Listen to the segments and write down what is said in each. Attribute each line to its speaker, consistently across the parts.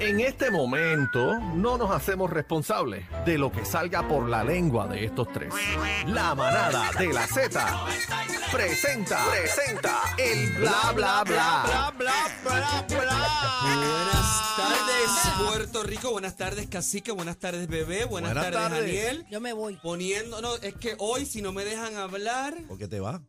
Speaker 1: En este momento no nos hacemos responsables de lo que salga por la lengua de estos tres. La manada de la Z presenta, presenta el bla bla bla.
Speaker 2: Bla, bla, bla, bla. Buenas tardes, Puerto Rico. Buenas tardes, Cacique. Buenas tardes, bebé. Buenas,
Speaker 1: Buenas
Speaker 2: tardes,
Speaker 1: tardes.
Speaker 2: Daniel.
Speaker 3: Yo me voy.
Speaker 2: Poniendo, no, es que hoy, si no me dejan hablar,
Speaker 4: Porque te va.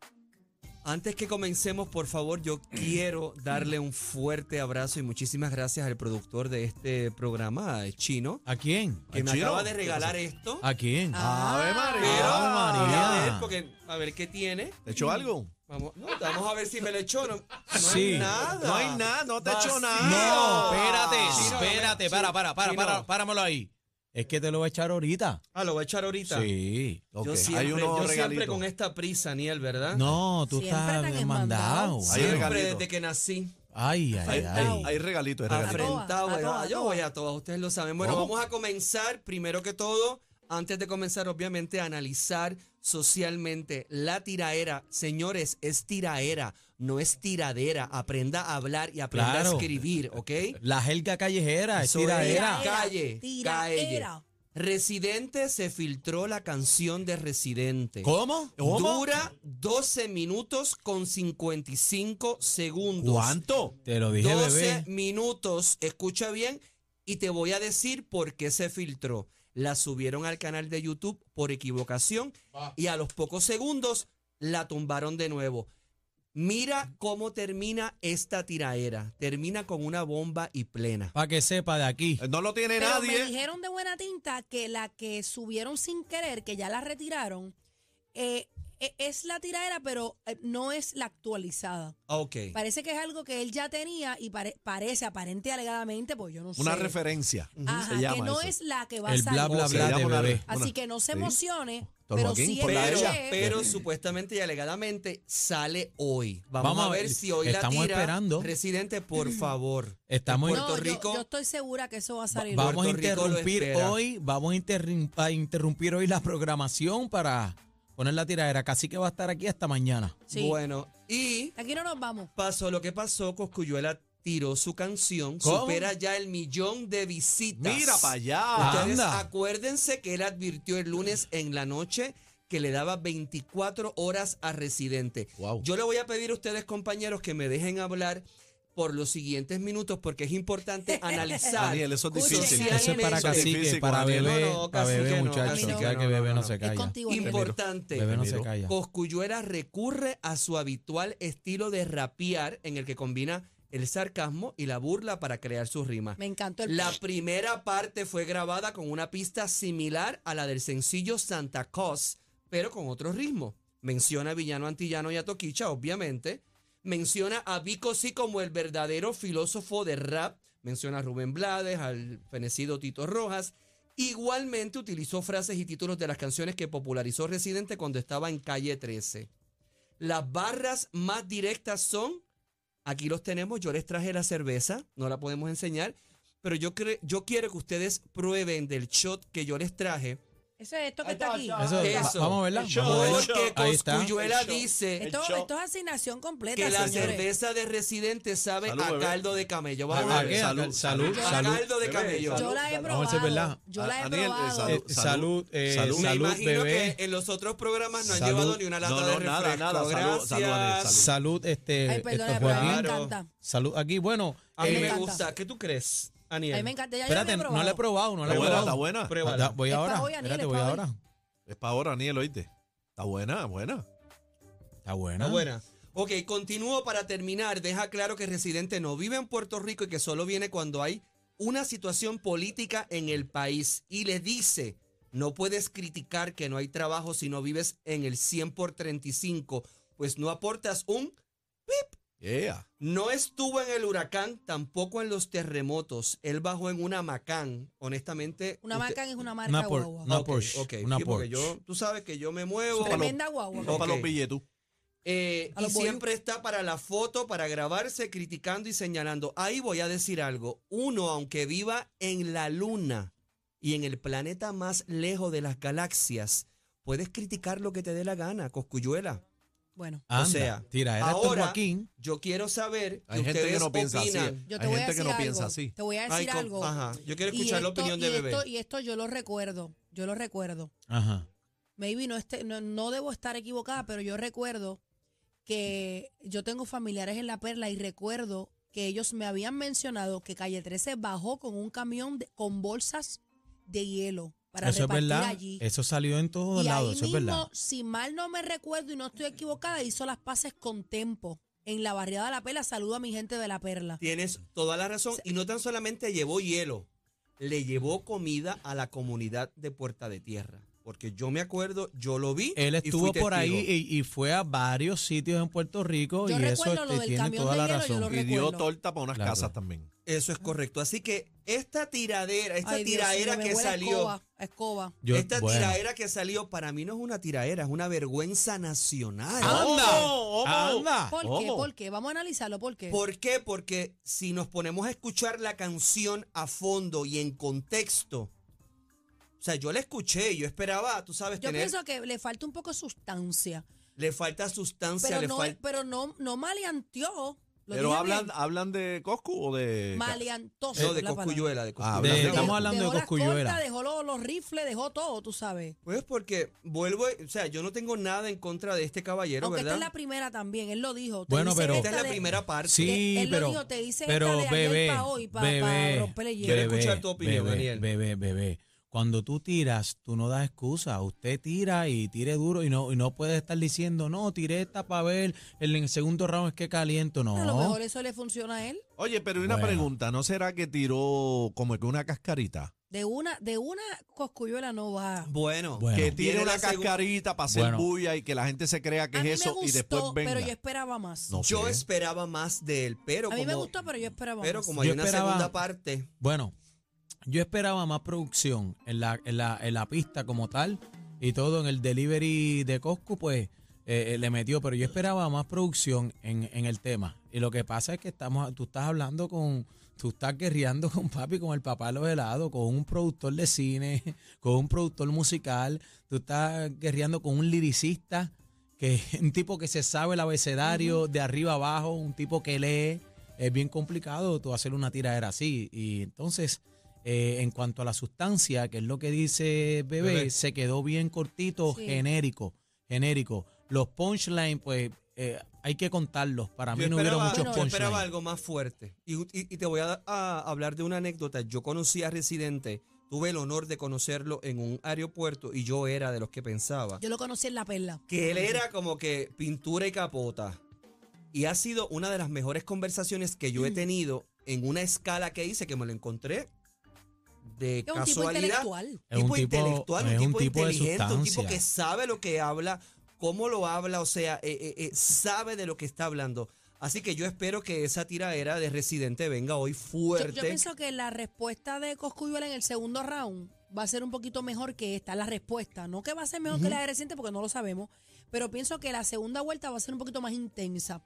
Speaker 2: antes que comencemos, por favor, yo quiero darle un fuerte abrazo y muchísimas gracias al productor de este programa, eh, Chino,
Speaker 4: ¿A quién?
Speaker 2: que
Speaker 4: ¿A
Speaker 2: me
Speaker 4: Chino?
Speaker 2: acaba de regalar esto.
Speaker 4: ¿A quién?
Speaker 3: Ah. Ave
Speaker 2: Pero,
Speaker 3: María.
Speaker 2: Ah, a ver,
Speaker 4: Ave María.
Speaker 2: porque- a ver qué tiene.
Speaker 4: ¿Te echó algo?
Speaker 2: Vamos, no, vamos a ver si me lo echó. No, no
Speaker 4: Sí.
Speaker 2: hay nada.
Speaker 4: No hay nada, no te
Speaker 2: Vacío.
Speaker 4: echó nada.
Speaker 2: No,
Speaker 4: No, espérate,
Speaker 2: Chino, Ah. no me-
Speaker 4: espérate, para, para, para,
Speaker 2: Chino.
Speaker 4: para, páramelo ahí. Es que te lo voy a echar ahorita.
Speaker 2: Ah, lo voy a echar ahorita.
Speaker 4: Sí.
Speaker 2: Yo,
Speaker 4: Ok.
Speaker 2: siempre,
Speaker 4: Hay unos
Speaker 2: yo siempre
Speaker 4: regalitos.
Speaker 2: con esta prisa, Niel, ¿verdad?
Speaker 4: No, tú
Speaker 3: Siempre
Speaker 4: estás
Speaker 3: tan
Speaker 4: demandado.
Speaker 3: enmandado.
Speaker 4: Ay,
Speaker 2: Siempre
Speaker 4: regalito.
Speaker 2: desde que nací,
Speaker 4: Ay, ay, ay.
Speaker 3: Afrentado.
Speaker 4: Ay,
Speaker 5: Hay regalitos, hay regalitos.
Speaker 2: afrentado,
Speaker 3: A toa, a
Speaker 2: ¿verdad?
Speaker 3: toa, a
Speaker 2: Yo
Speaker 3: toa.
Speaker 2: voy a todas, ustedes lo saben. Bueno, vamos a comenzar, primero que todo, antes de comenzar, obviamente, a analizar socialmente la tiraera. Señores, es tiraera, no es tiradera. Aprenda a hablar y aprenda a
Speaker 4: Claro.
Speaker 2: escribir, ¿ok?
Speaker 4: La jerga callejera, es
Speaker 2: Eso es.
Speaker 4: tiradera.
Speaker 2: Calle,
Speaker 3: Tira,
Speaker 2: calle.
Speaker 3: era.
Speaker 2: Residente se filtró la canción de Residente.
Speaker 4: ¿Cómo? ¿Cómo?
Speaker 2: Dura 12 minutos con 55 segundos.
Speaker 4: ¿Cuánto? Te lo dije,
Speaker 2: 12
Speaker 4: bebé.
Speaker 2: minutos, escucha bien, y te voy a decir por qué se filtró. La subieron al canal de YouTube por equivocación y a los pocos segundos la tumbaron de nuevo. Mira cómo termina esta tiraera. Termina con una bomba y plena.
Speaker 4: Para que sepa de aquí.
Speaker 2: Eh,
Speaker 5: No lo tiene
Speaker 3: Pero me
Speaker 5: nadie.
Speaker 3: dijeron de buena tinta que la que subieron sin querer, que ya la retiraron, eh, e- es la tiradera, pero eh, no es la actualizada.
Speaker 2: Ok.
Speaker 3: Parece que es algo que él ya tenía y pare- parece, aparente y alegadamente, pues yo no sé.
Speaker 5: Una referencia.
Speaker 3: Ajá,
Speaker 5: se llama
Speaker 3: que no
Speaker 5: eso.
Speaker 3: es la que va a
Speaker 4: El
Speaker 3: salir.
Speaker 4: bla, bla,
Speaker 5: Se
Speaker 4: bla de
Speaker 5: llama una-
Speaker 4: bebé.
Speaker 3: Así
Speaker 5: Una-
Speaker 3: que no se
Speaker 5: Sí.
Speaker 3: emocione,
Speaker 5: Don
Speaker 3: pero
Speaker 5: Joaquín,
Speaker 3: sí
Speaker 5: por la
Speaker 3: escuché.
Speaker 2: Pero,
Speaker 5: ella.
Speaker 2: pero supuestamente y alegadamente sale hoy. Vamos, a ver si hoy la
Speaker 4: estamos
Speaker 2: tira.
Speaker 4: esperando.
Speaker 2: Residente, por favor.
Speaker 4: Estamos
Speaker 2: en
Speaker 3: No,
Speaker 2: Puerto
Speaker 3: yo-
Speaker 2: Rico.
Speaker 3: Yo, estoy segura que eso va a salir.
Speaker 4: Va- vamos a
Speaker 2: Puerto Rico lo
Speaker 4: interrumpir
Speaker 2: espera.
Speaker 4: hoy, vamos a, interrum- a interrumpir hoy la programación para poner la tiradera. Casi que va a estar aquí hasta mañana.
Speaker 3: Sí.
Speaker 2: Bueno, y
Speaker 3: Aquí no nos vamos.
Speaker 2: pasó lo que pasó, Coscuyuela tiró su canción,
Speaker 4: ¿Cómo?
Speaker 2: supera ya el millón de visitas.
Speaker 5: Mira para allá.
Speaker 2: Ustedes
Speaker 4: Anda.
Speaker 2: acuérdense que él advirtió el lunes en la noche que le daba 24 horas a Residente.
Speaker 5: Wow.
Speaker 2: Yo le voy a pedir a ustedes, compañeros, que me dejen hablar por los siguientes minutos porque es importante analizar.
Speaker 5: Daniel, eso es
Speaker 3: Escuchen,
Speaker 5: difícil.
Speaker 3: Daniel.
Speaker 4: Eso es para
Speaker 2: Eso es
Speaker 4: cacique,
Speaker 5: difícil,
Speaker 4: para
Speaker 5: Gabriel.
Speaker 4: bebé,
Speaker 2: No, no,
Speaker 4: para
Speaker 2: cacique
Speaker 4: bebé,
Speaker 2: no,
Speaker 4: muchachos.
Speaker 2: cacique
Speaker 4: que
Speaker 2: no,
Speaker 4: bebé
Speaker 2: no,
Speaker 4: no,
Speaker 2: no,
Speaker 4: se
Speaker 2: no.
Speaker 4: calla.
Speaker 3: Es contigo.
Speaker 2: Importante.
Speaker 4: Bebé no se
Speaker 5: Miro.
Speaker 4: calla.
Speaker 2: Cosculluela recurre a su habitual estilo de rapear en el que combina el sarcasmo y la burla para crear sus rimas.
Speaker 3: Me encantó el
Speaker 2: La primera parte fue grabada con una pista similar a la del sencillo Santa Cos, pero con otro ritmo. Menciona a Villano Antillano y a Toquicha, obviamente. Menciona a Vico sí como el verdadero filósofo de rap. Menciona a Rubén Blades, al fenecido Tito Rojas. Igualmente utilizó frases y títulos de las canciones que popularizó Residente cuando estaba en calle 13. Las barras más directas son, aquí los tenemos, yo les traje la cerveza, no la podemos enseñar, pero yo, cre- yo quiero que ustedes prueben del shot que yo les traje.
Speaker 3: Eso es esto que
Speaker 5: Ahí
Speaker 3: está
Speaker 5: está,
Speaker 3: aquí.
Speaker 5: ya.
Speaker 4: Eso, va-
Speaker 2: Eso.
Speaker 4: Vamos a verla.
Speaker 5: Yo-
Speaker 4: vamos a verla.
Speaker 2: Porque
Speaker 4: Ahí está.
Speaker 2: Cosculluela
Speaker 5: El shot.
Speaker 2: dice
Speaker 3: Esto,
Speaker 5: show.
Speaker 3: esto es asignación completa,
Speaker 2: que la
Speaker 3: señores.
Speaker 2: cerveza de residente sabe
Speaker 5: Salud,
Speaker 2: a
Speaker 5: bebé.
Speaker 2: caldo de camello. Vamos a
Speaker 4: ¿A qué?
Speaker 5: Bebé,
Speaker 2: ver.
Speaker 5: salud,
Speaker 4: Salud,
Speaker 2: A
Speaker 4: salud.
Speaker 2: caldo de
Speaker 5: Bebé,
Speaker 2: camello.
Speaker 3: Yo la he
Speaker 5: Salud,
Speaker 3: probado.
Speaker 4: vamos a ver, ¿verdad?
Speaker 3: Yo la he
Speaker 5: Daniel, eh,
Speaker 3: probado.
Speaker 5: salud.
Speaker 4: Eh, Salud, eh,
Speaker 5: Salud.
Speaker 2: Me
Speaker 4: salud,
Speaker 2: imagino
Speaker 4: bebé.
Speaker 2: que en los otros programas no han
Speaker 4: Salud.
Speaker 2: llevado ni una lata
Speaker 5: No,
Speaker 2: de
Speaker 5: no,
Speaker 2: refresco.
Speaker 5: nada, nada. Salud, salud, Daniel,
Speaker 2: Gracias.
Speaker 4: Salud, este,
Speaker 3: Ay, perdona,
Speaker 4: este
Speaker 3: pero a mí me
Speaker 4: Joaquín.
Speaker 3: encanta.
Speaker 4: Salud aquí. Bueno,
Speaker 2: A mí
Speaker 4: eh,
Speaker 3: me
Speaker 2: me
Speaker 3: encanta.
Speaker 2: gusta. ¿Qué tú crees, Aniel?
Speaker 3: A mí me encanta. Ya yo
Speaker 4: espérate,
Speaker 3: la he
Speaker 4: no la
Speaker 3: probado.
Speaker 4: he probado, no la he
Speaker 5: Está buena, está
Speaker 4: probado.
Speaker 5: buena.
Speaker 2: Pruébala.
Speaker 4: Ah, Voy
Speaker 3: Es pa'
Speaker 4: ahora.
Speaker 3: hoy, Daniel,
Speaker 4: Espérate,
Speaker 3: es
Speaker 4: voy
Speaker 3: pa' hoy.
Speaker 4: ahora.
Speaker 5: Es para ahora, Daniel, oíste. Está buena, buena.
Speaker 4: Está
Speaker 2: Está
Speaker 4: buena.
Speaker 2: Ah, buena. Ok, continúo para terminar. Deja claro que residente no vive en Puerto Rico y que solo viene cuando hay una situación política en el país. Y le dice, no puedes criticar que no hay trabajo si no vives en el 100 por 35, pues no aportas un...
Speaker 5: Yeah.
Speaker 2: No estuvo en el huracán, tampoco en los terremotos. Él bajó en una macán. Honestamente...
Speaker 3: Una
Speaker 2: usted-
Speaker 3: Macan es una marca
Speaker 4: Una por-
Speaker 3: guagua.
Speaker 4: una
Speaker 2: Ok,
Speaker 4: Porsche,
Speaker 2: ok,
Speaker 4: una
Speaker 2: sí, porque
Speaker 4: Porsche.
Speaker 2: yo, tú sabes que yo me muevo.
Speaker 3: Tremenda guagua.
Speaker 2: Ok.
Speaker 5: Para los billetes.
Speaker 2: Eh,
Speaker 3: A
Speaker 2: y
Speaker 3: los boyos.
Speaker 2: siempre está para la foto, para grabarse, criticando y señalando. Ahí voy a decir algo. Uno, aunque viva en la luna y en el planeta más lejos de las galaxias, puedes criticar lo que te dé la gana, Coscuyuela.
Speaker 3: Bueno,
Speaker 4: Anda,
Speaker 2: sea,
Speaker 4: tira, era tu
Speaker 2: ahora-
Speaker 4: Joaquín.
Speaker 2: Yo quiero saber que
Speaker 5: Hay gente
Speaker 2: ustedes
Speaker 5: que no piensa así.
Speaker 2: opinan.
Speaker 3: yo te voy a
Speaker 5: Hay gente
Speaker 3: decir
Speaker 5: que no
Speaker 3: algo.
Speaker 5: piensa así.
Speaker 3: Te voy a
Speaker 2: Ay,
Speaker 3: decir
Speaker 2: con-
Speaker 3: algo.
Speaker 2: Ajá. Yo quiero
Speaker 3: Y
Speaker 2: escuchar la
Speaker 3: esto-
Speaker 2: opinión de
Speaker 3: y
Speaker 2: bebé.
Speaker 3: Esto, y esto yo lo recuerdo, yo lo recuerdo.
Speaker 4: Ajá.
Speaker 3: Maybe no, esté- no, no debo estar equivocada, pero yo recuerdo que yo tengo familiares en La Perla y recuerdo que ellos me habían mencionado que Calle 13 bajó con un camión de- con bolsas de hielo para
Speaker 4: Eso es
Speaker 3: repartir
Speaker 4: verdad.
Speaker 3: allí.
Speaker 4: Eso salió en todos
Speaker 3: y
Speaker 4: lados,
Speaker 3: ahí
Speaker 4: eso es
Speaker 3: mismo,
Speaker 4: verdad.
Speaker 3: si mal no me recuerdo y no estoy equivocada, hizo las paces con Tempo en la barriada de La Perla. Saludo a mi gente de La Perla.
Speaker 2: Tienes toda la razón. Y no tan solamente llevó hielo, le llevó comida a la comunidad de Puerta de Tierra. Porque yo me acuerdo, yo lo vi.
Speaker 4: Él
Speaker 2: y
Speaker 4: estuvo
Speaker 2: fui
Speaker 4: por ahí
Speaker 2: testigo.
Speaker 4: y, y fue a varios sitios en Puerto Rico
Speaker 3: Yo
Speaker 4: y eso
Speaker 3: recuerdo lo
Speaker 4: este,
Speaker 3: del
Speaker 4: tiene
Speaker 3: camión
Speaker 4: toda
Speaker 3: de
Speaker 4: la
Speaker 3: hielo, yo
Speaker 4: razón.
Speaker 3: lo
Speaker 5: Y dio
Speaker 3: recuerdo.
Speaker 5: torta para unas
Speaker 4: Claro.
Speaker 5: casas también.
Speaker 2: Eso es correcto. Así que esta tiradera, esta
Speaker 3: Ah. Ay, Dios mío,
Speaker 2: tiraera
Speaker 3: me
Speaker 2: que
Speaker 3: huele a
Speaker 2: salió.
Speaker 3: Escoba, a escoba.
Speaker 4: Yo-
Speaker 2: esta
Speaker 4: bueno.
Speaker 2: tiraera que salió, para mí no es una tiraera, es una vergüenza nacional.
Speaker 3: Ah,
Speaker 4: ¡Anda!
Speaker 3: ¿Por qué?
Speaker 5: ¿Cómo?
Speaker 3: ¿Por qué? Vamos a analizarlo. ¿Por qué?
Speaker 2: ¿Por qué? Porque si nos ponemos a escuchar la canción a fondo y en contexto, o sea, yo la escuché, y yo esperaba, tú sabes,
Speaker 3: Yo
Speaker 2: tener,
Speaker 3: pienso que le falta un poco de sustancia,
Speaker 2: le falta sustancia,
Speaker 3: pero
Speaker 2: le
Speaker 3: no,
Speaker 2: falta...
Speaker 3: pero no, no maleanteó. Lo
Speaker 5: Pero
Speaker 3: dije
Speaker 5: hablan,
Speaker 3: bien.
Speaker 5: hablan de Coscu o de.
Speaker 3: maleantó.
Speaker 2: No, de
Speaker 3: la palabra.
Speaker 2: Coscuyuela, de
Speaker 5: Ah,
Speaker 2: Coscuyuela.
Speaker 5: hablando
Speaker 4: De-
Speaker 5: de-
Speaker 4: estamos hablando
Speaker 3: dejó
Speaker 4: de
Speaker 3: las cortas,
Speaker 4: Coscuyuela.
Speaker 3: dejó los, los rifles, dejó todo, tú sabes.
Speaker 2: Pues porque vuelvo, o sea, yo no tengo nada en contra de este caballero,
Speaker 3: Aunque
Speaker 2: ¿verdad?
Speaker 3: esta es la primera también, él lo dijo. te
Speaker 4: Bueno,
Speaker 3: hice
Speaker 4: pero-
Speaker 2: Esta es la
Speaker 3: de-
Speaker 2: primera parte.
Speaker 4: Sí,
Speaker 3: Él lo
Speaker 4: pero,
Speaker 3: dijo, te hice
Speaker 4: pero
Speaker 3: esta de ayer
Speaker 4: bebé,
Speaker 3: pa' hoy, pa-
Speaker 4: bebé,
Speaker 3: pa romperle hielo.
Speaker 2: Quiero escuchar tu opinión,
Speaker 4: bebé,
Speaker 2: Daniel.
Speaker 4: Bebé, bebé. Cuando tú tiras, tú no das excusa. Usted tira y tire duro y no, y no puede estar diciendo, no, tiré esta para ver, en el segundo round es que caliento. No,
Speaker 3: A lo mejor eso le funciona a él.
Speaker 5: Oye, pero hay una
Speaker 4: Bueno.
Speaker 5: pregunta. ¿No será que tiró como que una cascarita?
Speaker 3: De una, de una coscuyuela no va.
Speaker 2: Bueno,
Speaker 4: Bueno.
Speaker 5: Que
Speaker 2: Viene
Speaker 5: tire una
Speaker 2: la segun-
Speaker 5: cascarita para hacer
Speaker 4: Bueno.
Speaker 5: bulla y que la gente se crea que
Speaker 3: a mí
Speaker 5: es eso
Speaker 3: me
Speaker 5: y después
Speaker 3: gustó,
Speaker 5: venga.
Speaker 3: pero yo esperaba más.
Speaker 5: No
Speaker 2: yo
Speaker 5: sé.
Speaker 2: esperaba más de él, pero
Speaker 3: a mí
Speaker 2: como,
Speaker 3: me gustó, pero yo esperaba
Speaker 2: pero
Speaker 3: más.
Speaker 2: como hay
Speaker 4: Yo
Speaker 2: una
Speaker 4: esperaba-
Speaker 2: segunda parte,
Speaker 4: Bueno, yo esperaba más producción en la, en la, en la pista como tal y todo en el delivery de Costco, pues eh, eh, le metió, pero yo esperaba más producción en, en el tema. Y lo que pasa es que estamos, tú estás hablando con, tú estás guerreando con papi, con el papá de los helados, con un productor de cine, con un productor musical, tú estás guerreando con un liricista, que es un tipo que se sabe el abecedario de arriba abajo, un tipo que lee es bien complicado tú hacer una tiradera así. Y entonces, eh, en cuanto a la sustancia, que es lo que dice Bebé,
Speaker 2: Bebé.
Speaker 4: se quedó bien cortito,
Speaker 3: Sí.
Speaker 4: genérico, genérico. Los punchlines, pues, eh, hay que contarlos. Para mí
Speaker 2: yo
Speaker 4: no hubieron
Speaker 2: esperaba,
Speaker 4: muchos
Speaker 2: yo
Speaker 4: punchlines.
Speaker 2: esperaba algo más fuerte. Y, y- y te voy a, a hablar de una anécdota. Yo conocí a Residente, tuve el honor de conocerlo en un aeropuerto y yo era de los que pensaba
Speaker 3: Yo lo conocí en La Perla.
Speaker 2: que él era como que pintura y capota. Y ha sido una de las mejores conversaciones que
Speaker 3: Mm.
Speaker 2: yo he tenido en una escala que hice que me lo encontré de
Speaker 3: Es un tipo
Speaker 2: casualidad.
Speaker 3: intelectual.
Speaker 4: Es un tipo-
Speaker 2: intelectual,
Speaker 4: es
Speaker 2: un
Speaker 4: un
Speaker 2: tipo
Speaker 4: tipo de
Speaker 2: inteligente, un tipo
Speaker 4: sustancia.
Speaker 2: que sabe lo que habla, cómo lo habla, o sea, eh, eh, eh, sabe de lo que está hablando. Así que yo espero que esa tiraera de Residente venga hoy
Speaker 3: Yo,
Speaker 2: fuerte.
Speaker 3: yo pienso que la respuesta de Coscuyuela en el segundo round va a ser un poquito mejor que esta, la respuesta. No que va a ser mejor que la de reciente porque no lo sabemos, pero pienso que la segunda vuelta va a ser un poquito más intensa.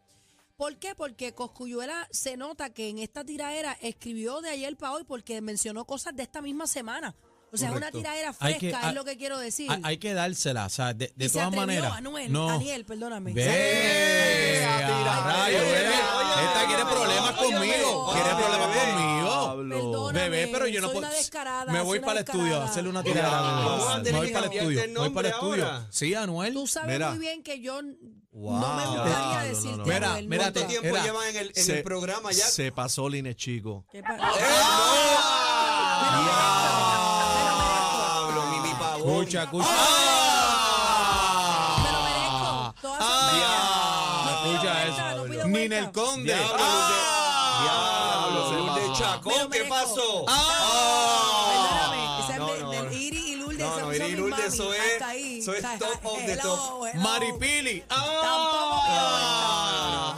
Speaker 3: ¿Por qué? Porque Coscuyuela se nota que en esta tiraera escribió de ayer para hoy porque mencionó cosas de esta misma semana. O sea, es una
Speaker 2: Correcto.
Speaker 3: tiraera
Speaker 4: Hay
Speaker 3: fresca,
Speaker 4: que- hay-
Speaker 3: es lo que quiero decir.
Speaker 4: Hay, hay que dársela, o sea, de, de
Speaker 3: y se
Speaker 4: todas
Speaker 3: atrevió,
Speaker 4: maneras.
Speaker 3: Anuel,
Speaker 4: no.
Speaker 3: Aniel, perdóname.
Speaker 4: Ve,
Speaker 5: a tirar.
Speaker 4: a rayos,
Speaker 5: ah, Oye,
Speaker 4: bebé.
Speaker 5: oye,
Speaker 4: Esta quiere
Speaker 5: oye,
Speaker 4: problemas
Speaker 5: oye,
Speaker 4: conmigo.
Speaker 3: oye,
Speaker 4: Quiere
Speaker 5: oye,
Speaker 4: problemas
Speaker 5: bebé.
Speaker 4: conmigo.
Speaker 5: Pablo.
Speaker 3: Perdóname,
Speaker 4: Bebé, pero yo no
Speaker 3: soy
Speaker 4: puedo.
Speaker 3: una descarada,
Speaker 4: me
Speaker 3: soy
Speaker 4: voy
Speaker 3: una
Speaker 4: para el
Speaker 3: descarada.
Speaker 4: estudio a hacerle una
Speaker 5: Ya,
Speaker 4: tirada.
Speaker 5: vamos a
Speaker 4: Me
Speaker 5: tener
Speaker 4: voy
Speaker 5: que
Speaker 4: para el
Speaker 2: cambiarte
Speaker 4: estudio.
Speaker 2: el
Speaker 4: Me voy para el
Speaker 2: nombre
Speaker 4: estudio.
Speaker 2: ahora.
Speaker 4: Sí, Anuel.
Speaker 3: Tú sabes
Speaker 5: Mira.
Speaker 3: muy bien que yo n-
Speaker 2: Wow.
Speaker 3: no me gustaría
Speaker 5: Ya, no, no,
Speaker 3: decirte.
Speaker 5: no.
Speaker 4: Mira,
Speaker 3: Anuel,
Speaker 2: ¿Cuánto
Speaker 4: mírate,
Speaker 3: nunca.
Speaker 2: tiempo
Speaker 4: era-
Speaker 2: llevan en el, en
Speaker 5: Se-
Speaker 2: el programa ya?
Speaker 5: Se pasó Line Chico.
Speaker 3: ¿Qué
Speaker 4: ¡Eh,
Speaker 3: pa-
Speaker 2: ¡Diablo, mi- mi pavón!
Speaker 4: Ah, Escucha, escucha.
Speaker 3: ah. Me lo merezco. Todas son
Speaker 4: Ah,
Speaker 3: bellas. No pido
Speaker 4: escucha
Speaker 3: vuelta,
Speaker 4: eso.
Speaker 3: no pido
Speaker 4: Ah. Ni en
Speaker 3: vuelta.
Speaker 4: el conde.
Speaker 2: ¡Diablo,
Speaker 5: Ah.
Speaker 2: Lourdes! ¡Diablo,
Speaker 5: Diablo, se
Speaker 2: Lourdes
Speaker 3: Me
Speaker 5: pasó.
Speaker 2: Chacón!
Speaker 3: lo
Speaker 2: ¿Qué
Speaker 3: merezco.
Speaker 2: pasó?
Speaker 3: Ah.
Speaker 2: Ah.
Speaker 3: Perdóname, esa es
Speaker 2: No,
Speaker 3: de-
Speaker 2: no,
Speaker 3: del
Speaker 2: no.
Speaker 3: Iri y Lourdes.
Speaker 2: No,
Speaker 3: esas
Speaker 2: no,
Speaker 3: son
Speaker 2: Iri y
Speaker 3: mis
Speaker 2: Lourdes,
Speaker 3: mami.
Speaker 2: eso es-
Speaker 3: Hasta ahí.
Speaker 2: eso es
Speaker 3: Hasta-
Speaker 2: top of the
Speaker 3: hello,
Speaker 2: top.
Speaker 3: hello.
Speaker 4: Maripili.
Speaker 3: Tampoco pido
Speaker 2: Ah.
Speaker 3: vuelta.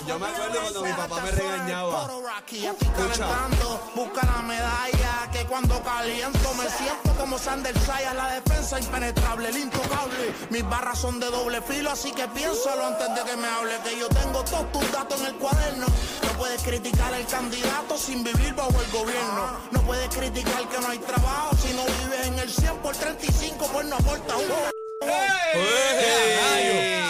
Speaker 2: Yo me acuerdo cuando mi papá me regañaba.
Speaker 6: Toro Rocky, aquí calentando, busca la medalla que cuando caliento me siento como Sander Sayas, la defensa impenetrable, el intocable. Mis barras son de doble filo, así que piénsalo antes de que me hable, que yo tengo todos tus datos en el cuaderno. No puedes criticar al candidato sin vivir bajo el gobierno. No puedes criticar que no hay trabajo si no vives en el 100 por 35, pues no aporta un
Speaker 4: Oye, eh,
Speaker 2: yo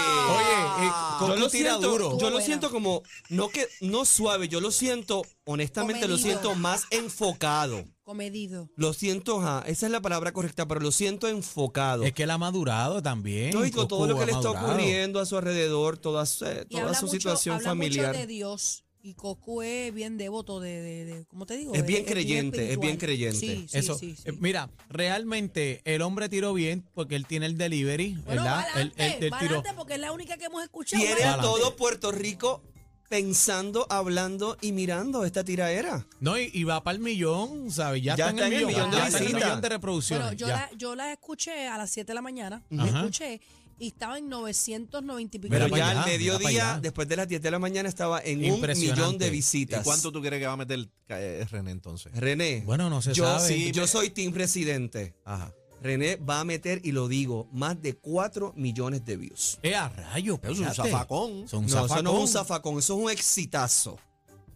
Speaker 5: Coscu
Speaker 2: lo
Speaker 5: tira
Speaker 2: siento,
Speaker 5: duro.
Speaker 2: yo lo
Speaker 3: Buena.
Speaker 2: siento como no que no suave, yo lo siento, honestamente lo
Speaker 3: Comedido.
Speaker 2: siento más enfocado.
Speaker 3: Comedido.
Speaker 2: Lo siento, ajá, esa es la palabra correcta, pero lo siento enfocado.
Speaker 4: Es que él ha madurado también.
Speaker 2: No, y con todo
Speaker 4: Coscu
Speaker 2: lo que
Speaker 4: ha
Speaker 2: le está
Speaker 4: madurado.
Speaker 2: ocurriendo a su alrededor, toda su, eh,
Speaker 3: Y
Speaker 2: toda
Speaker 3: habla
Speaker 2: su
Speaker 3: mucho-
Speaker 2: situación
Speaker 3: habla
Speaker 2: familiar.
Speaker 3: Mucho de Dios. Y Coscu es bien devoto de, de, de- ¿cómo te digo?
Speaker 2: Es bien creyente, es bien
Speaker 3: espiritual.
Speaker 2: creyente.
Speaker 3: Sí, sí,
Speaker 4: Eso,
Speaker 3: sí, sí.
Speaker 4: eh, mira, realmente el hombre tiró bien porque él tiene el delivery,
Speaker 3: Bueno,
Speaker 4: ¿verdad?
Speaker 3: va
Speaker 4: Él- él-
Speaker 3: adelante,
Speaker 4: él
Speaker 3: va
Speaker 4: tiró.
Speaker 3: adelante, porque es la única que hemos escuchado.
Speaker 2: Tiene
Speaker 3: va
Speaker 2: a
Speaker 4: Adelante.
Speaker 2: todo Puerto Rico pensando, hablando y mirando esta tiraera.
Speaker 4: No, y, y va para el millón, ¿sabes? Ya, está, en el millón,
Speaker 3: de
Speaker 4: ya está en el
Speaker 3: visitas.
Speaker 4: millón de reproducciones.
Speaker 3: Bueno, yo
Speaker 4: ya.
Speaker 3: la, yo la escuché a las 7 de la mañana,
Speaker 4: Ajá.
Speaker 3: la escuché y estaba en 990 y pico.
Speaker 4: Mira
Speaker 2: Pero
Speaker 4: pa'
Speaker 2: ya
Speaker 4: allá,
Speaker 2: al
Speaker 4: mira pa'
Speaker 2: mediodía,
Speaker 4: allá.
Speaker 2: después de las 10 de la mañana, estaba en un
Speaker 4: Impresionante.
Speaker 2: millón de
Speaker 5: ¿Y
Speaker 2: visitas.
Speaker 5: cuánto tú crees que va a meter eh, René entonces?
Speaker 2: René,
Speaker 4: Bueno, no se
Speaker 2: yo,
Speaker 4: sabe.
Speaker 2: sí, yo soy team residente.
Speaker 5: Ajá.
Speaker 2: René va a meter, y lo digo, más de 4 millones de views.
Speaker 4: Eh, a rayo,
Speaker 5: Es un
Speaker 4: espérate.
Speaker 5: zafacón.
Speaker 4: Son
Speaker 2: no, eso
Speaker 4: zafacón.
Speaker 2: no es un zafacón, eso es un exitazo.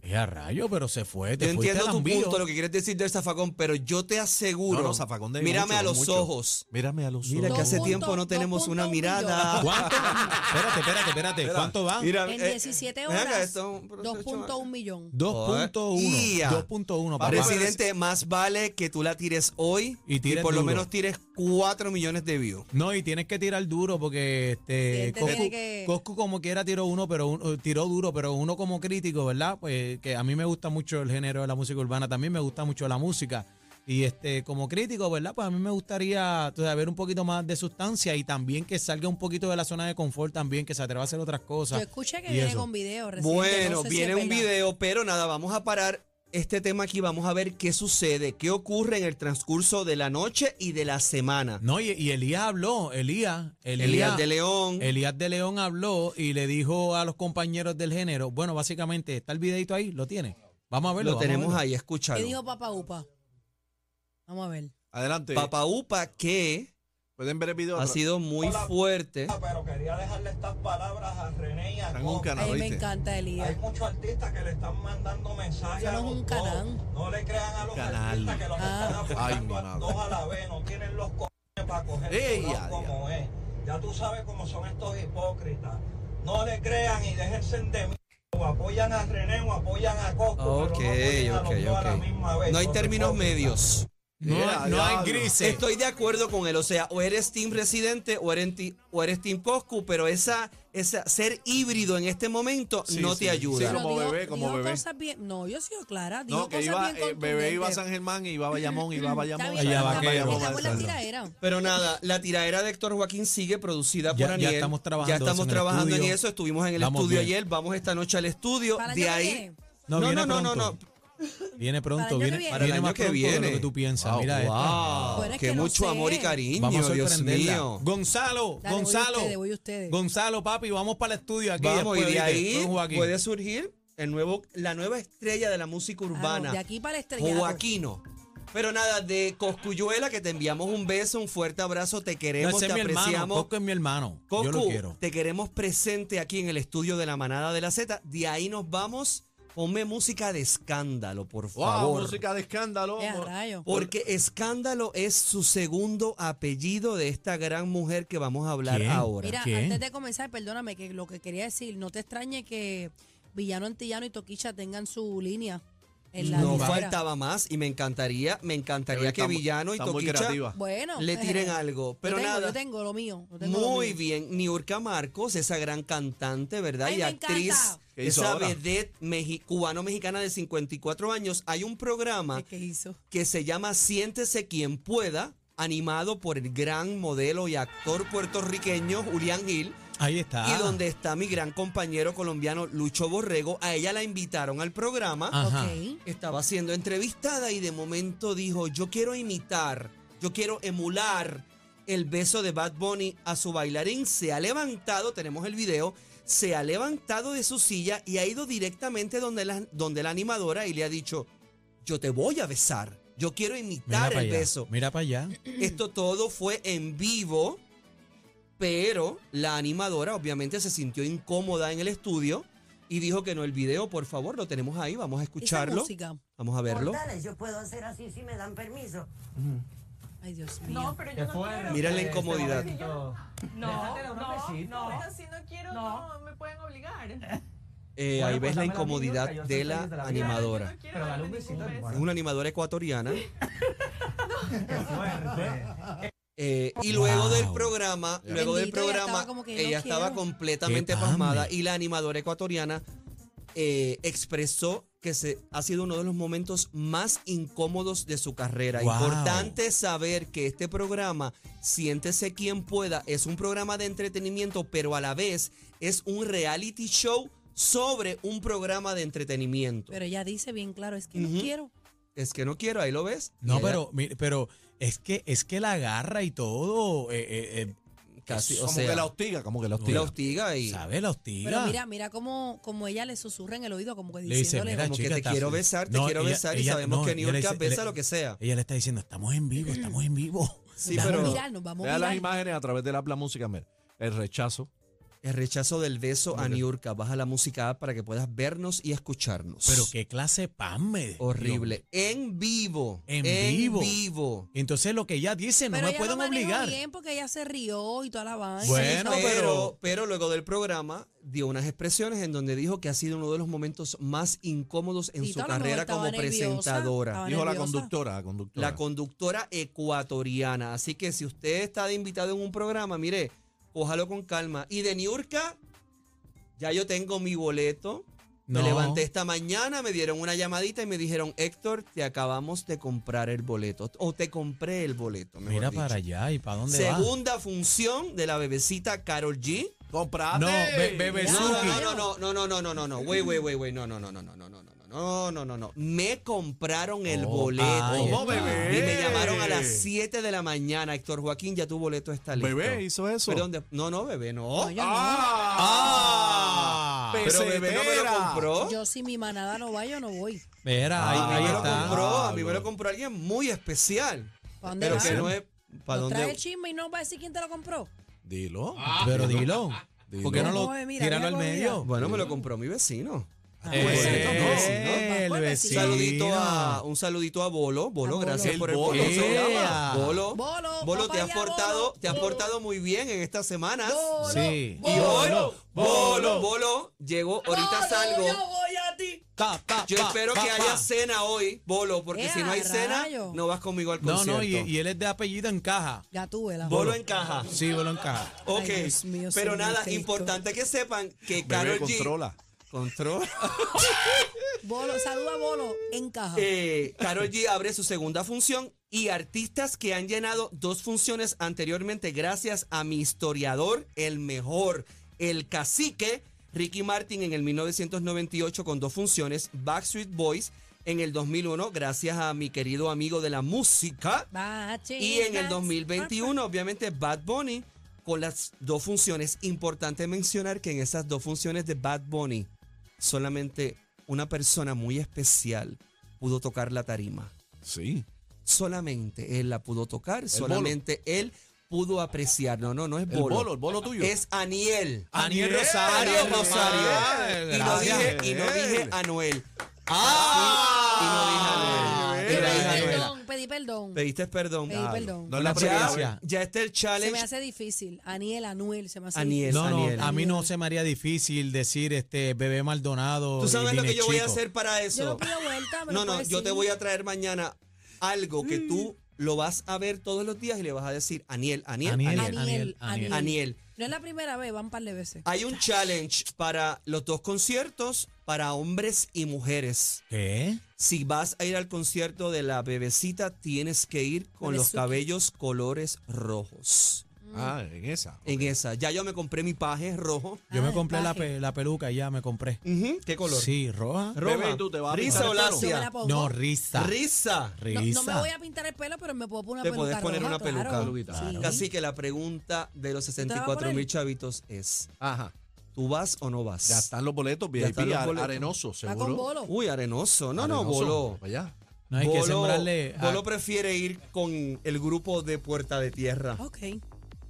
Speaker 4: Eh, a rayo, pero se fue. Te
Speaker 2: Yo
Speaker 4: fuiste
Speaker 2: entiendo tu
Speaker 4: al ambío.
Speaker 2: punto, lo que quieres decir del zafacón, pero yo te aseguro,
Speaker 5: No, no, zafacón de
Speaker 2: mírame
Speaker 5: mucho,
Speaker 2: a los
Speaker 5: mucho.
Speaker 2: ojos.
Speaker 5: Mírame a los
Speaker 2: Mira que
Speaker 5: ojos.
Speaker 2: hace
Speaker 3: Dos
Speaker 2: tiempo
Speaker 3: punto-
Speaker 2: no
Speaker 3: dos
Speaker 2: tenemos
Speaker 3: punto
Speaker 2: una
Speaker 3: un
Speaker 2: mirada.
Speaker 3: millón.
Speaker 4: ¿Cuánto? espérate, espérate, espérate. ¿Cuánto van?
Speaker 2: Mira,
Speaker 3: En
Speaker 2: eh,
Speaker 3: 17
Speaker 2: ven acá,
Speaker 3: horas,
Speaker 2: esto es un proceso,
Speaker 3: 2.1 millón.
Speaker 4: 2.1.
Speaker 2: Ia.
Speaker 4: 2.1, papá.
Speaker 2: Residente, más vale que tú la tires hoy
Speaker 4: Y tires
Speaker 2: por lo
Speaker 4: duro.
Speaker 2: menos tires 4 millones de views.
Speaker 4: No, y tienes que tirar duro porque
Speaker 3: Sí,
Speaker 4: este
Speaker 3: este
Speaker 4: Coscu,
Speaker 3: tiene que-
Speaker 4: Coscu como quiera tiró uno, pero un- eh, tiró duro, pero uno como crítico, ¿verdad? Pues que a mí me gusta mucho el género de la música urbana, también me gusta mucho la música. Y este como crítico, ¿verdad? Pues a mí me gustaría tú sabes, ver un poquito más de sustancia y también que salga un poquito de la zona de confort también, que se atreva a hacer otras
Speaker 3: Yo
Speaker 4: cosas.
Speaker 3: escuché que
Speaker 4: y
Speaker 3: viene
Speaker 4: eso.
Speaker 3: con video. reciente,
Speaker 2: Bueno,
Speaker 3: no sé si
Speaker 2: viene
Speaker 3: es
Speaker 2: un
Speaker 3: verdad.
Speaker 2: video, pero nada, vamos a parar este tema aquí, vamos a ver qué sucede, qué ocurre en el transcurso de la noche y de la semana.
Speaker 4: No, y, y Elías habló, Elías,
Speaker 2: Elías de León.
Speaker 4: Elías de León habló y le dijo a los compañeros del género, bueno, básicamente está el videito ahí, lo tiene. Vamos a verlo.
Speaker 2: Lo
Speaker 4: vamos a
Speaker 2: tenemos
Speaker 4: verlo.
Speaker 2: ahí,
Speaker 3: ¿Qué
Speaker 2: escúchalo.
Speaker 3: dijo Papá Upa? Vamos a ver.
Speaker 5: Adelante.
Speaker 2: Papá Upa, que
Speaker 5: Pueden ver el video.
Speaker 2: ha sido muy fuerte.
Speaker 7: pero quería dejarle estas palabras a René y a
Speaker 5: Están un
Speaker 7: Coco.
Speaker 5: canal,
Speaker 3: Ay, me
Speaker 5: ¿oíste?
Speaker 3: encanta
Speaker 7: Hay
Speaker 3: Elías.
Speaker 7: muchos artistas que le están mandando mensajes
Speaker 3: Eso
Speaker 7: a
Speaker 3: no es
Speaker 7: los
Speaker 3: un
Speaker 7: dos.
Speaker 3: canal.
Speaker 7: No le crean a los
Speaker 5: Canal.
Speaker 7: artistas que los
Speaker 3: Ah.
Speaker 7: están apoyando
Speaker 5: Ay, mi
Speaker 7: a dos a la vez. No tienen los cojones para coger
Speaker 5: Ey,
Speaker 7: el
Speaker 5: ya,
Speaker 7: lado como es. Ya tú sabes cómo son estos hipócritas. No le crean y déjense de mí. O apoyan a René o apoyan a Coco.
Speaker 2: Ok, ok, ok. No hay términos medios.
Speaker 4: No,
Speaker 5: Mira,
Speaker 4: hay- no hay
Speaker 5: diablo.
Speaker 4: grises.
Speaker 2: Estoy de acuerdo con él, o sea, o eres Team Residente o eres, ti- o eres Team Coscu, pero esa, esa, ser híbrido en este momento
Speaker 5: Sí,
Speaker 2: no
Speaker 5: sí,
Speaker 2: te ayuda.
Speaker 5: sí, como
Speaker 3: Pero dijo-
Speaker 5: bebé, como
Speaker 3: dijo
Speaker 5: bebé.
Speaker 3: cosas bien- no, yo he sido clara. Dijo
Speaker 5: No, que
Speaker 3: cosas
Speaker 5: iba,
Speaker 3: bien
Speaker 5: eh, bebé iba a
Speaker 3: contundentes.
Speaker 5: San Germán, iba a Bayamón, iba a
Speaker 3: Está
Speaker 5: Bayamón.
Speaker 3: bien,
Speaker 5: iba
Speaker 4: Allá
Speaker 5: a
Speaker 3: pero
Speaker 4: va
Speaker 3: la-
Speaker 4: que-
Speaker 3: la
Speaker 5: Bayamón,
Speaker 4: vamos
Speaker 3: abuela
Speaker 5: Bayamón.
Speaker 3: tira era.
Speaker 2: Pero nada, la tiraera de Héctor Joaquín sigue producida
Speaker 4: Ya-
Speaker 2: por
Speaker 4: ya
Speaker 2: Aniel.
Speaker 4: estamos trabajando
Speaker 2: Ya
Speaker 4: eso
Speaker 2: estamos
Speaker 4: en el
Speaker 2: trabajando en
Speaker 4: estudio.
Speaker 2: eso. Estuvimos en el
Speaker 4: Vamos
Speaker 2: estudio
Speaker 4: bien.
Speaker 2: ayer. Vamos esta noche al estudio.
Speaker 3: Para el
Speaker 2: de
Speaker 3: año que
Speaker 2: ahí.
Speaker 3: viene.
Speaker 4: No,
Speaker 2: No,
Speaker 4: viene
Speaker 2: no, no, no,
Speaker 4: pronto. Viene
Speaker 3: Para
Speaker 4: pronto,
Speaker 3: el año
Speaker 4: viene,
Speaker 3: que viene.
Speaker 2: Para el
Speaker 4: viene
Speaker 2: año
Speaker 4: más
Speaker 2: que
Speaker 4: pronto de
Speaker 2: viene.
Speaker 4: lo que tú piensas.
Speaker 5: Wow,
Speaker 4: Mira esto.
Speaker 2: Wow,
Speaker 3: Pero es
Speaker 2: Ah, qué
Speaker 3: que no
Speaker 2: mucho
Speaker 3: sé.
Speaker 2: amor y cariño,
Speaker 4: Ah. Vamos a
Speaker 2: Dios
Speaker 4: sorprenderla.
Speaker 2: mío.
Speaker 4: Gonzalo,
Speaker 3: Dale, voy
Speaker 4: Gonzalo.
Speaker 3: ustedes, voy ustedes.
Speaker 4: Gonzalo, papi, vamos para el estudio aquí.
Speaker 2: Vamos, y
Speaker 4: después,
Speaker 2: de
Speaker 4: ¿oíste?
Speaker 2: ahí
Speaker 4: Con Joaquín.
Speaker 2: puede surgir el nuevo, la nueva estrella de la música urbana.
Speaker 3: Claro, Ah, de aquí para el estrellato.
Speaker 2: Joaquino. Pero nada, de Coscuyuela, que te enviamos un beso, un fuerte abrazo, te
Speaker 4: No,
Speaker 2: queremos,
Speaker 4: ese es
Speaker 2: te
Speaker 4: mi hermano.
Speaker 2: apreciamos.
Speaker 4: Coco es mi hermano. Yo lo
Speaker 2: Cocu,
Speaker 4: quiero.
Speaker 2: te queremos presente aquí en el estudio de la manada de la Z. De ahí nos vamos. Ponme música de escándalo, por
Speaker 5: Wow,
Speaker 2: favor.
Speaker 5: música de escándalo.
Speaker 3: Eh, a rayo.
Speaker 2: Porque escándalo es su segundo apellido de esta gran mujer que vamos a hablar
Speaker 4: ¿Quién?
Speaker 2: ahora.
Speaker 3: Mira,
Speaker 4: ¿Quién?
Speaker 3: antes de comenzar, perdóname, que lo que quería decir, no te extrañe que Villano Antillano y Toquicha tengan su línea en la
Speaker 2: no
Speaker 3: disquera.
Speaker 2: faltaba más y me encantaría, me encantaría
Speaker 5: Está
Speaker 2: que
Speaker 5: muy-
Speaker 2: Villano y
Speaker 5: está muy
Speaker 2: Toquicha
Speaker 5: creativa.
Speaker 3: Bueno. pues,
Speaker 2: le tiren algo.
Speaker 3: yo
Speaker 2: Pero
Speaker 3: tengo,
Speaker 2: nada.
Speaker 3: Yo tengo lo mío. yo tengo lo
Speaker 2: Muy
Speaker 3: mío.
Speaker 2: bien, Niurka Marcos, esa gran cantante, ¿verdad?
Speaker 3: Ay,
Speaker 2: y
Speaker 3: me
Speaker 2: actriz,
Speaker 3: encanta.
Speaker 5: ¿Qué hizo
Speaker 2: esa
Speaker 5: ahora?
Speaker 2: vedette meji- cubano-mexicana de 54 años. Hay un programa
Speaker 3: Ay, ¿Qué hizo?
Speaker 2: que se llama Siéntese quien pueda, animado por el gran modelo y actor puertorriqueño Julián Gil,
Speaker 4: Ahí está.
Speaker 2: y donde está mi gran compañero colombiano Lucho Borrego. A ella la invitaron al programa
Speaker 4: Ajá.
Speaker 3: Ok.
Speaker 2: estaba siendo entrevistada y de momento dijo, yo quiero imitar, yo quiero emular el beso de Bad Bunny a su bailarín. Se ha levantado, tenemos el video, se ha levantado de su silla y ha ido directamente donde la, donde la animadora y le ha dicho, yo te voy a besar, yo quiero
Speaker 4: Mira
Speaker 2: imitar
Speaker 4: para
Speaker 2: el
Speaker 4: allá.
Speaker 2: beso.
Speaker 4: Mira para allá.
Speaker 2: Esto todo fue en vivo, pero la animadora obviamente se sintió incómoda en el estudio y dijo que no, el video, por favor, lo tenemos ahí, vamos a
Speaker 3: Esa
Speaker 2: escucharlo.
Speaker 3: música.
Speaker 2: Vamos a verlo.
Speaker 8: Portales, yo puedo hacer así si me dan permiso.
Speaker 3: Ay, Dios mío.
Speaker 8: No, pero yo no quiero.
Speaker 2: Mira la incomodidad.
Speaker 8: No, no, no,
Speaker 9: no.
Speaker 8: pero si no quiero, no, me pueden obligar.
Speaker 2: Eh,
Speaker 9: Bueno,
Speaker 2: ahí
Speaker 9: pues dame
Speaker 2: ves la
Speaker 9: la
Speaker 2: incomodidad
Speaker 9: minuta, yo
Speaker 2: de
Speaker 9: soy
Speaker 2: la
Speaker 9: feliz de la vida.
Speaker 2: animadora.
Speaker 8: Yo no quiero
Speaker 9: Pero dale
Speaker 8: darle
Speaker 9: un besito.
Speaker 8: ningún
Speaker 2: Es
Speaker 9: hermano.
Speaker 2: una animadora ecuatoriana.
Speaker 9: Qué fuerte.
Speaker 2: Eh, y luego
Speaker 4: Wow.
Speaker 2: del programa, luego del
Speaker 3: Bendito, ella
Speaker 2: programa,
Speaker 3: estaba
Speaker 2: ella
Speaker 3: como que, "No quiero".
Speaker 2: estaba, completamente
Speaker 4: Qué pame.
Speaker 2: pasmada y la animadora ecuatoriana eh, expresó que se, ha sido uno de los momentos más incómodos de su carrera.
Speaker 4: Wow.
Speaker 2: Importante saber que este programa, siéntese quien pueda, es un programa de entretenimiento, pero a la vez es un reality show sobre un programa de entretenimiento.
Speaker 3: Pero ella dice bien claro, es que
Speaker 2: Ujú.
Speaker 3: no quiero.
Speaker 2: es que no quiero, ahí lo ves.
Speaker 4: No,
Speaker 2: Ella
Speaker 4: pero, mire, pero es que es que la agarra y todo, eh, eh,
Speaker 2: casi, o
Speaker 5: como
Speaker 2: sea,
Speaker 5: que la hostiga, como que
Speaker 2: la
Speaker 5: la hostiga.
Speaker 2: hostiga
Speaker 4: eh,
Speaker 2: y
Speaker 4: ¿sabe? La
Speaker 3: Pero
Speaker 4: hostiga.
Speaker 3: mira, mira cómo, cómo ella le susurra en el oído, como que
Speaker 4: le dice,
Speaker 3: diciéndole.
Speaker 4: mira,
Speaker 2: como que
Speaker 4: chica,
Speaker 2: te
Speaker 4: estás-
Speaker 2: quiero besar, te quiero besar, y sabemos que New
Speaker 4: ella le
Speaker 2: York
Speaker 4: dice-
Speaker 2: besa
Speaker 4: le- eh,
Speaker 2: lo que sea.
Speaker 4: Ella le está diciendo, estamos en vivo, estamos en vivo.
Speaker 2: Sí,
Speaker 4: Dame-
Speaker 3: vamos
Speaker 2: pero-
Speaker 3: a mirar, nos vamos a
Speaker 5: Vea las
Speaker 3: mirar.
Speaker 5: imágenes a través del app La Música, mira. El rechazo.
Speaker 2: El rechazo del beso a Niurka. Baja la música app para que puedas vernos y escucharnos.
Speaker 4: Pero qué clase de pan me dio.
Speaker 2: horrible. En vivo.
Speaker 4: En vivo.
Speaker 2: vivo.
Speaker 4: Entonces lo que ella dice, no
Speaker 3: Pero
Speaker 4: me
Speaker 3: ella lo
Speaker 4: pueden
Speaker 3: manejó
Speaker 4: obligar.
Speaker 3: bien porque ella se rió y toda la vaina.
Speaker 4: Bueno,
Speaker 2: Sí, pero,
Speaker 4: pero-
Speaker 2: pero luego del programa dio unas expresiones en donde dijo que ha sido uno de los momentos más incómodos en
Speaker 3: Y
Speaker 2: su
Speaker 3: todo, a lo mejor
Speaker 2: carrera
Speaker 3: estaba
Speaker 2: como
Speaker 3: nerviosa,
Speaker 2: presentadora.
Speaker 3: estaba
Speaker 5: Dijo la
Speaker 3: nerviosa.
Speaker 5: conductora, la conductora.
Speaker 2: La conductora ecuatoriana. Así que si usted está de invitado en un programa, mire, cójalo con calma. Y de Niurka, ya yo tengo mi boleto.
Speaker 4: No.
Speaker 2: Me levanté esta mañana, me dieron una llamadita y me dijeron, Héctor, te acabamos de comprar el boleto. O te compré el boleto. mejor
Speaker 4: Mira
Speaker 2: dicho.
Speaker 4: para allá y para dónde va.
Speaker 2: Segunda función de la bebecita Carol G.
Speaker 5: Comprate.
Speaker 4: No, be- bebe
Speaker 2: No,
Speaker 4: Suki.
Speaker 2: no, no, no, no, no, no, no, no, no. Güey, güey, güey, güey. No, no, no, no, no, no, no, no, no, no, no, no, no. Me compraron el
Speaker 5: Oh,
Speaker 2: boleto.
Speaker 4: ahí
Speaker 5: ¿Cómo, está. bebé?
Speaker 2: Y me llamaron a las 7 de la mañana. Héctor Joaquín, ya tu boleto está listo.
Speaker 5: Bebé hizo eso.
Speaker 2: Perdón, de- no, no, bebé, no.
Speaker 3: No, yo
Speaker 5: ¡Ah!
Speaker 2: Pero bebé no me lo
Speaker 5: Pesetera.
Speaker 2: compró.
Speaker 3: no. Yo si mi manada no va, yo no voy.
Speaker 4: Mira,
Speaker 2: A
Speaker 4: ahí,
Speaker 2: mí
Speaker 4: ahí
Speaker 2: me lo
Speaker 4: está.
Speaker 2: compró, a mí me lo compró alguien muy especial.
Speaker 3: ¿Para dónde
Speaker 2: Pero
Speaker 3: va?
Speaker 2: que no es. ¿Para
Speaker 3: Nos trae
Speaker 2: dónde?
Speaker 3: el chisme y no va a decir quién te lo compró.
Speaker 5: Dilo.
Speaker 4: Pero dilo.
Speaker 5: Ah. Dilo.
Speaker 4: ¿Por qué no lo
Speaker 3: Oye, mira,
Speaker 4: tíralo
Speaker 3: mira
Speaker 4: al
Speaker 3: cómo
Speaker 4: medio?
Speaker 2: Bueno, me lo compró mi vecino.
Speaker 3: Ah,
Speaker 4: Eh,
Speaker 3: pues, entonces,
Speaker 4: eh,
Speaker 3: no,
Speaker 4: el
Speaker 3: pues,
Speaker 4: vecino.
Speaker 3: vecino.
Speaker 2: Saludito a, un saludito a Bolo.
Speaker 3: A
Speaker 2: Bolo,
Speaker 3: Bolo.
Speaker 2: gracias
Speaker 5: El
Speaker 2: por el
Speaker 5: Bolo.
Speaker 2: Bolo. se llama.
Speaker 4: Ea.
Speaker 2: Bolo.
Speaker 3: Bolo,
Speaker 2: Bolo,
Speaker 3: papá
Speaker 2: te has
Speaker 3: ya,
Speaker 2: portado,
Speaker 3: Bolo.
Speaker 2: te has portado muy bien en estas semanas.
Speaker 3: Bolo,
Speaker 4: Sí.
Speaker 2: Y hoy,
Speaker 5: Bolo,
Speaker 2: Bolo,
Speaker 5: Bolo.
Speaker 2: Bolo, llegó, ahorita
Speaker 3: Bolo,
Speaker 2: salgo.
Speaker 3: Yo voy a ti.
Speaker 5: pues,
Speaker 4: Pa, pa,
Speaker 2: Yo
Speaker 4: pa,
Speaker 2: espero
Speaker 4: pa,
Speaker 2: que
Speaker 4: pa.
Speaker 2: haya cena hoy, Bolo, porque
Speaker 3: Ea,
Speaker 2: si no hay cena,
Speaker 3: rayo.
Speaker 2: no vas conmigo al
Speaker 5: pues,
Speaker 4: No,
Speaker 2: concierto.
Speaker 4: no, y, y él es de apellido en caja.
Speaker 3: Ya tuve la.
Speaker 2: Bolo encaja.
Speaker 4: Sí, bolo en caja.
Speaker 2: Ok,
Speaker 3: Ay, Dios mío,
Speaker 2: pero
Speaker 3: señor
Speaker 2: nada,
Speaker 3: Cristo.
Speaker 2: importante que sepan que
Speaker 5: Bebé,
Speaker 2: Carol G.
Speaker 5: controla.
Speaker 2: Control.
Speaker 3: Bolo, saluda a Bolo en caja.
Speaker 2: Eh, Karol G abre su segunda función y artistas que han llenado dos funciones anteriormente gracias a mi historiador, el mejor, el cacique, Ricky Martin en el 1998 con dos funciones, Backstreet Boys en el 2001 gracias a mi querido amigo de la música y en el 2021 obviamente Bad Bunny con las dos funciones. Importante mencionar que en esas dos funciones de Bad Bunny solamente una persona muy especial pudo tocar la tarima.
Speaker 5: Sí.
Speaker 2: Solamente él la pudo tocar, solamente él pudo apreciar. No, no, no es
Speaker 5: El
Speaker 2: bolo.
Speaker 5: bolo, el bolo tuyo.
Speaker 2: Es Aniel.
Speaker 4: Aniel
Speaker 5: Aniel
Speaker 4: Rosario.
Speaker 2: Aniel Rosario.
Speaker 5: Aniel,
Speaker 2: Y no dije,
Speaker 5: gracias.
Speaker 2: y no dije Anuel. Y no dije Anuel. Y no dije
Speaker 3: pedí
Speaker 2: Anuel.
Speaker 3: perdón, pedí perdón.
Speaker 2: Pediste perdón.
Speaker 3: Pedí perdón.
Speaker 5: No es la
Speaker 4: Ya.
Speaker 5: primera vez.
Speaker 2: ya, ya está el
Speaker 3: se me
Speaker 2: challenge.
Speaker 3: hace difícil. Aniel, Anuel, se me hace
Speaker 2: Aniel.
Speaker 3: difícil.
Speaker 4: No,
Speaker 2: Aniel.
Speaker 4: no, a mí no se me haría difícil decir este bebé Maldonado.
Speaker 2: ¿Tú sabes
Speaker 4: y
Speaker 2: lo que
Speaker 4: Dine
Speaker 2: yo voy a
Speaker 4: Chico.
Speaker 2: hacer para
Speaker 3: Yo no
Speaker 2: eso?
Speaker 3: pido vuelta, me
Speaker 2: No,
Speaker 3: lo
Speaker 2: no,
Speaker 3: puedes Mm.
Speaker 2: yo te
Speaker 3: decir.
Speaker 2: voy a traer mañana algo que tú lo vas a ver todos los días y le vas a decir, Aniel, Aniel,
Speaker 4: Aniel,
Speaker 2: Aniel,
Speaker 4: Aniel, Aniel,
Speaker 3: Aniel.
Speaker 2: Aniel. Ah,
Speaker 3: No es la primera vez, van un par de veces.
Speaker 2: Hay un challenge para los dos conciertos para hombres y mujeres.
Speaker 4: ¿Qué?
Speaker 2: Si vas a ir al concierto de la bebecita, tienes que ir con los
Speaker 3: Bebezuki.
Speaker 2: cabellos colores rojos.
Speaker 5: Ah, en esa.
Speaker 2: En esa. Ya yo me compré mi paje rojo.
Speaker 4: Yo
Speaker 3: Ah,
Speaker 4: me compré la,
Speaker 3: paje.
Speaker 4: pe- la peluca y ya me compré.
Speaker 2: Ujú, ¿Qué color?
Speaker 4: Sí, roja.
Speaker 2: Roja.
Speaker 5: Bebé, ¿y tú te vas a
Speaker 2: Risa
Speaker 5: pintar
Speaker 2: o
Speaker 5: el pelo?
Speaker 3: Yo me la
Speaker 2: lacia.
Speaker 3: pongo.
Speaker 4: No, risa.
Speaker 2: Risa.
Speaker 4: Risa.
Speaker 3: No, no me voy a pintar el pelo, pero me puedo poner una
Speaker 2: Te
Speaker 3: peluca.
Speaker 2: puedes poner
Speaker 3: roja,
Speaker 2: una peluca,
Speaker 3: claro.
Speaker 5: Lubita.
Speaker 3: Sí.
Speaker 2: Así que la pregunta de los
Speaker 3: te la vas a
Speaker 2: 64 mil
Speaker 3: poner?
Speaker 2: chavitos es,
Speaker 5: Ajá.
Speaker 2: ¿tú vas o no vas?
Speaker 5: Ya están los boletos
Speaker 2: Ya
Speaker 5: VIP
Speaker 2: están los
Speaker 5: ar-
Speaker 2: boletos.
Speaker 5: arenoso,
Speaker 3: Va con
Speaker 5: seguro.
Speaker 3: bolo.
Speaker 2: Uy, arenoso. No, no,
Speaker 5: Arenoso,
Speaker 2: Bolo.
Speaker 5: para allá.
Speaker 4: No hay que
Speaker 2: Bolo-
Speaker 4: sembrarle. a-
Speaker 2: Bolo prefiere ir con el grupo de Puerta de Tierra.
Speaker 3: Ok.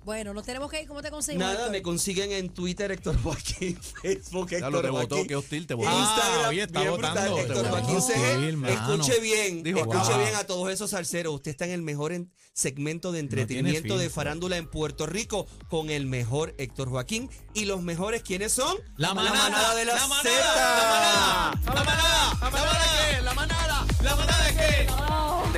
Speaker 3: Bueno, nos tenemos que ir. ¿Cómo te conseguimos?
Speaker 2: Nada,
Speaker 3: Héctor?
Speaker 2: me consiguen en Twitter Héctor Joaquín, Facebook
Speaker 5: Ya lo
Speaker 2: Héctor
Speaker 5: te votó,
Speaker 2: Joaquín.
Speaker 5: qué hostil, te votó.
Speaker 2: Instagram,
Speaker 4: Ah, oye, está
Speaker 2: bien
Speaker 4: votando,
Speaker 2: brutal,
Speaker 5: te
Speaker 2: Héctor
Speaker 5: votó.
Speaker 2: Joaquín CG.
Speaker 4: Hostil, mano.
Speaker 2: escuche bien,
Speaker 5: Dijo,
Speaker 2: escuche
Speaker 5: ah.
Speaker 2: bien a todos esos salseros. Usted está en el mejor en- segmento de entretenimiento de
Speaker 4: filtro.
Speaker 2: farándula en Puerto Rico con el mejor Héctor Joaquín. ¿Y los mejores quiénes son?
Speaker 4: La manada,
Speaker 2: de la,
Speaker 4: la manada,
Speaker 2: Zeta.
Speaker 4: La manada, la manada de qué, la manada, la manada de qué.